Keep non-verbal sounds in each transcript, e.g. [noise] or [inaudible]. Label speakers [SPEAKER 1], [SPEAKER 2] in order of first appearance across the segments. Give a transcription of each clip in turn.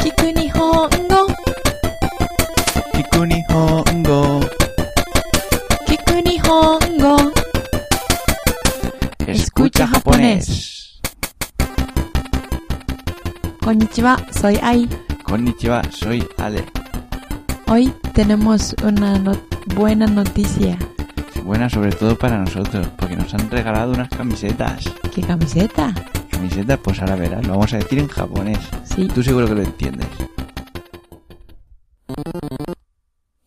[SPEAKER 1] 聞く日本語
[SPEAKER 2] 聞く日本語
[SPEAKER 1] 聞く日本語 Escucha japonés. こんにちは soy Ai
[SPEAKER 2] Konnichiwa, soy Ale.
[SPEAKER 1] hoy tenemos una no- buena noticia
[SPEAKER 2] Buena sobre todo para nosotros, porque nos han regalado unas camisetas.
[SPEAKER 1] ¿qué camiseta?
[SPEAKER 2] Camisetas, pues ahora verás, lo vamos a decir en japonés.
[SPEAKER 1] sí
[SPEAKER 2] Tú seguro que lo entiendes.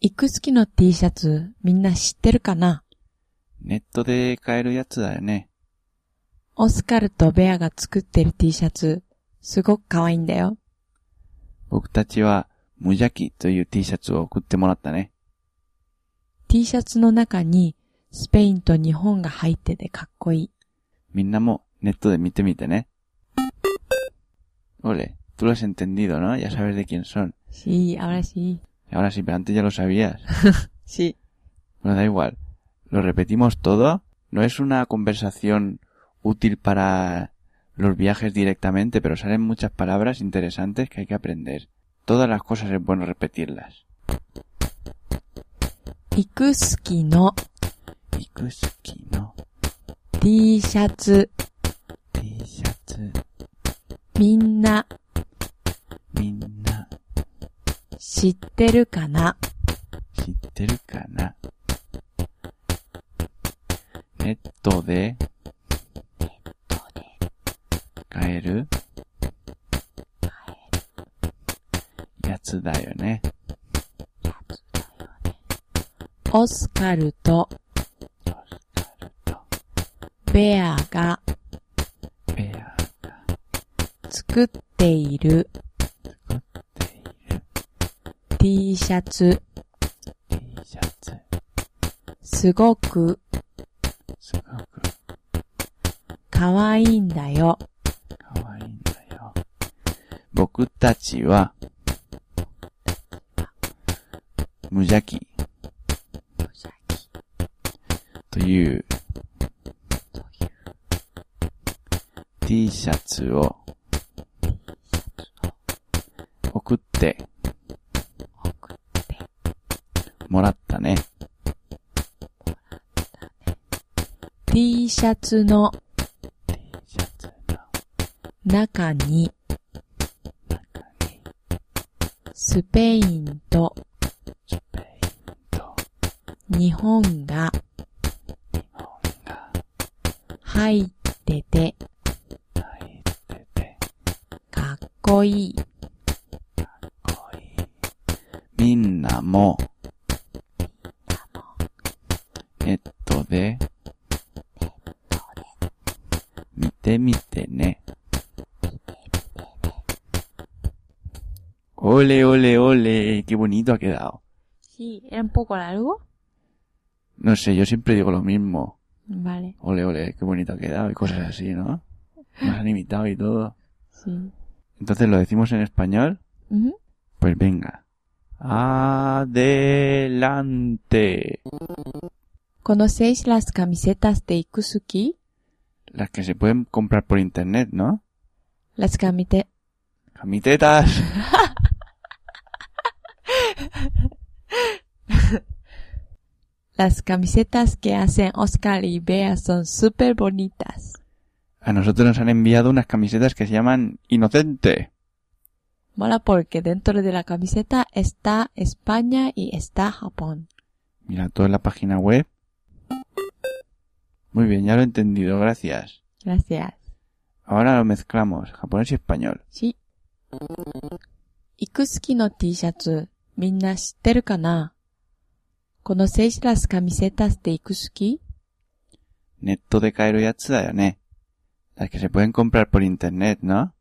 [SPEAKER 1] Ikusuki の T シャツみんな知ってるかな
[SPEAKER 2] ネットで買えるやつだよね。
[SPEAKER 1] オスカルとベアが作ってる T シャツすごく可愛いんだよ
[SPEAKER 2] 僕たちは、無邪気という T シャツを送ってもらったね。
[SPEAKER 1] T シャツの中にスペインと日本が入っててかっこいい
[SPEAKER 2] みんなもネットで見てみてね。Ole, tú lo has entendido, ¿no? Ya sabes de quién son.
[SPEAKER 1] sí ahora sí
[SPEAKER 2] Ahora sí, pero antes ya lo sabías.
[SPEAKER 1] sí
[SPEAKER 2] Bueno, da igual. Lo repetimos todo. No es una conversación útil para los viajes directamente, pero salen muchas palabras interesantes que hay que aprender. Todas las cosas es bueno repetirlas.
[SPEAKER 1] Ikusuki の
[SPEAKER 2] Ikusuki no
[SPEAKER 1] T シャツ
[SPEAKER 2] t-shirt
[SPEAKER 1] みんな
[SPEAKER 2] minna
[SPEAKER 1] 知ってるかな
[SPEAKER 2] shitteru kana. Netto de 買えるやつだよね。
[SPEAKER 1] オスカルとベアが
[SPEAKER 2] ペア
[SPEAKER 1] 作っている
[SPEAKER 2] っている
[SPEAKER 1] T シャツ
[SPEAKER 2] T シャツ。
[SPEAKER 1] すごく
[SPEAKER 2] すごく
[SPEAKER 1] 可愛いんだよ。
[SPEAKER 2] 可愛いんだよ。僕たちは、無邪気という、T シャツを、送って、もらったね。
[SPEAKER 1] T シャツの
[SPEAKER 2] T シャツの
[SPEAKER 1] 中に
[SPEAKER 2] 中に、
[SPEAKER 1] スペインと
[SPEAKER 2] スペインと
[SPEAKER 1] 日本が
[SPEAKER 2] が
[SPEAKER 1] 入ってて
[SPEAKER 2] 入ってて、
[SPEAKER 1] かっこいい。
[SPEAKER 2] かっこいいみんなも、ネットで、見てみてね。Ole, ole, ole, qué bonito ha quedado.
[SPEAKER 1] Sí, era un poco largo.
[SPEAKER 2] No sé, yo siempre digo lo mismo.
[SPEAKER 1] Vale,
[SPEAKER 2] Ole, ole, qué bonito ha quedado y cosas así, ¿no? Nos han imitado y todo.
[SPEAKER 1] sí.
[SPEAKER 2] Entonces lo decimos en español.
[SPEAKER 1] Ujú.
[SPEAKER 2] Pues venga. Adelante.
[SPEAKER 1] ¿Conocéis las camisetas de Ikusuki?
[SPEAKER 2] Las que se pueden comprar por internet, ¿no?
[SPEAKER 1] Las camisetas...
[SPEAKER 2] Camitetas.
[SPEAKER 1] Las camisetas que hacen Oscar y Bea son súper bonitas.
[SPEAKER 2] A nosotros nos han enviado unas camisetas que se llaman Inocente.
[SPEAKER 1] Mola porque dentro de la camiseta está España y está Japón.
[SPEAKER 2] Mira, todo en la página web. Muy bien, ya lo he entendido, gracias.
[SPEAKER 1] Gracias.
[SPEAKER 2] Ahora lo mezclamos, japonés y español.
[SPEAKER 1] し。Ikusuki の T シャツ、みんな知ってるかな ¿Conocéis las camisetas de Ikusuki?
[SPEAKER 2] Netto de Cairo y Atsudayone. Las que se pueden comprar por internet, ¿no?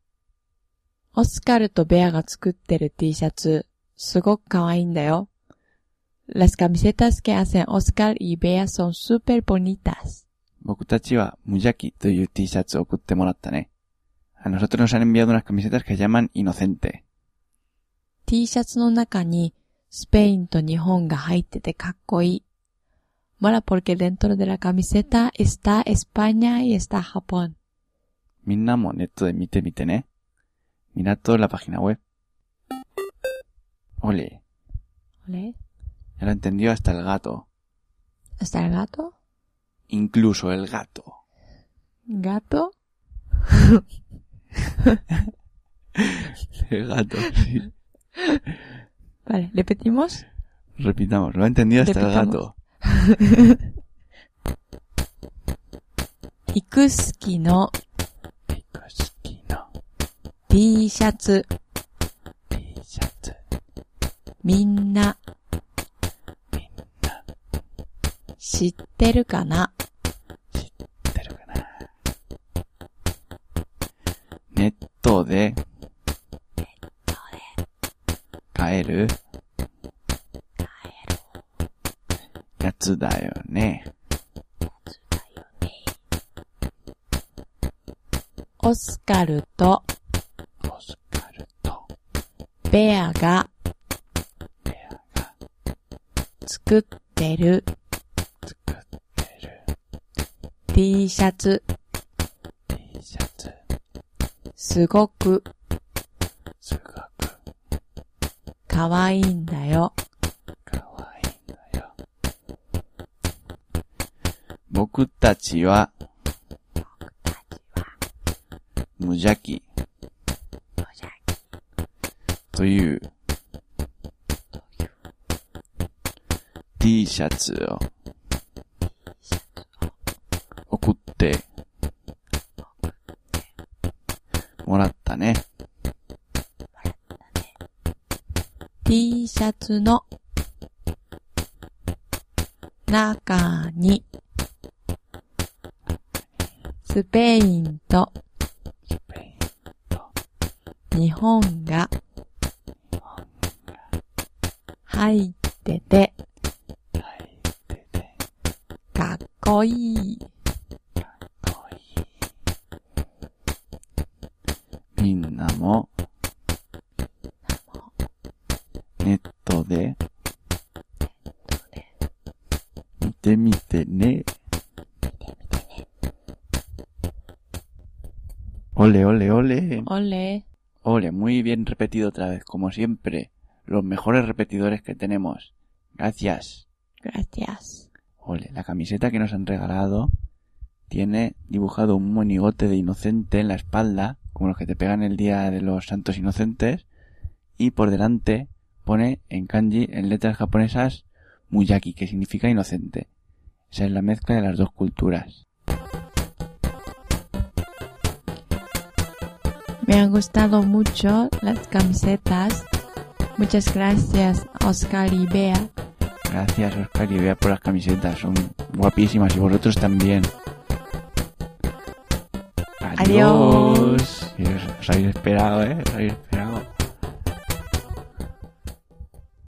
[SPEAKER 1] オスカルとベアが作ってる T シャツ、すごく可愛いんだよ。Las camisetas que hacen Oscar y Bea son súper bonitas.
[SPEAKER 2] Bokutachi wa Muyaki to you t-shirts okutte moratta ne. A nosotros nos han enviado unas camisetas que se llaman Inocente.
[SPEAKER 1] T シャツの中にスペインと日本が入っててかっこいい。Mola porque dentro de la camiseta está España y está Japón.
[SPEAKER 2] Minna mo netto de mite mite ne. Mira todo en la página web. Ole.
[SPEAKER 1] ¿Ole?
[SPEAKER 2] Ya lo entendió hasta el gato.
[SPEAKER 1] ¿Hasta el gato?
[SPEAKER 2] Incluso el gato.
[SPEAKER 1] ¿Gato?
[SPEAKER 2] [laughs] El gato, sí.
[SPEAKER 1] Vale, ¿repetimos?
[SPEAKER 2] Repitamos, lo ha entendido hasta el
[SPEAKER 1] Repitamos.
[SPEAKER 2] gato.
[SPEAKER 1] イクスキの
[SPEAKER 2] Ikuski no
[SPEAKER 1] T シャツ、
[SPEAKER 2] T-shirt.
[SPEAKER 1] みんな、知ってるかな
[SPEAKER 2] Pero que nada. Neto de. Kaeru. Yatsu da yo ne.
[SPEAKER 1] オスカルと
[SPEAKER 2] Oscar to
[SPEAKER 1] ベアが
[SPEAKER 2] bear が
[SPEAKER 1] 作ってる
[SPEAKER 2] 作ってる
[SPEAKER 1] T シャツ、
[SPEAKER 2] T シャツ。
[SPEAKER 1] すごく
[SPEAKER 2] すごく
[SPEAKER 1] 可愛いんだよ。
[SPEAKER 2] かわいいんだよ。僕たちは無邪気という T シャツを送ってもらったね。
[SPEAKER 1] T シャツの中にスペインと日本が入ってて
[SPEAKER 2] はいでで
[SPEAKER 1] かっこいい。
[SPEAKER 2] かわいいみんなもネットで見てみてね。Ole, ole, ole.
[SPEAKER 1] ole
[SPEAKER 2] Ole, muy bien repetido otra vez, como siempre. Los mejores repetidores que tenemos. Gracias.
[SPEAKER 1] Gracias.
[SPEAKER 2] Ole, la camiseta que nos han regalado tiene dibujado un monigote de inocente en la espalda, como los que te pegan el día de los santos inocentes, y por delante pone en kanji, en letras japonesas, muyaki, que significa inocente. Esa es la mezcla de las dos culturas.
[SPEAKER 1] Me han gustado mucho las camisetas. Muchas gracias, Oscar y Bea.
[SPEAKER 2] Gracias, Oscar y Bea, por las camisetas, son guapísimas, y vosotros también.
[SPEAKER 1] Adiós.
[SPEAKER 2] Adiós. Os habéis esperado, ¿eh? Os habéis esperado.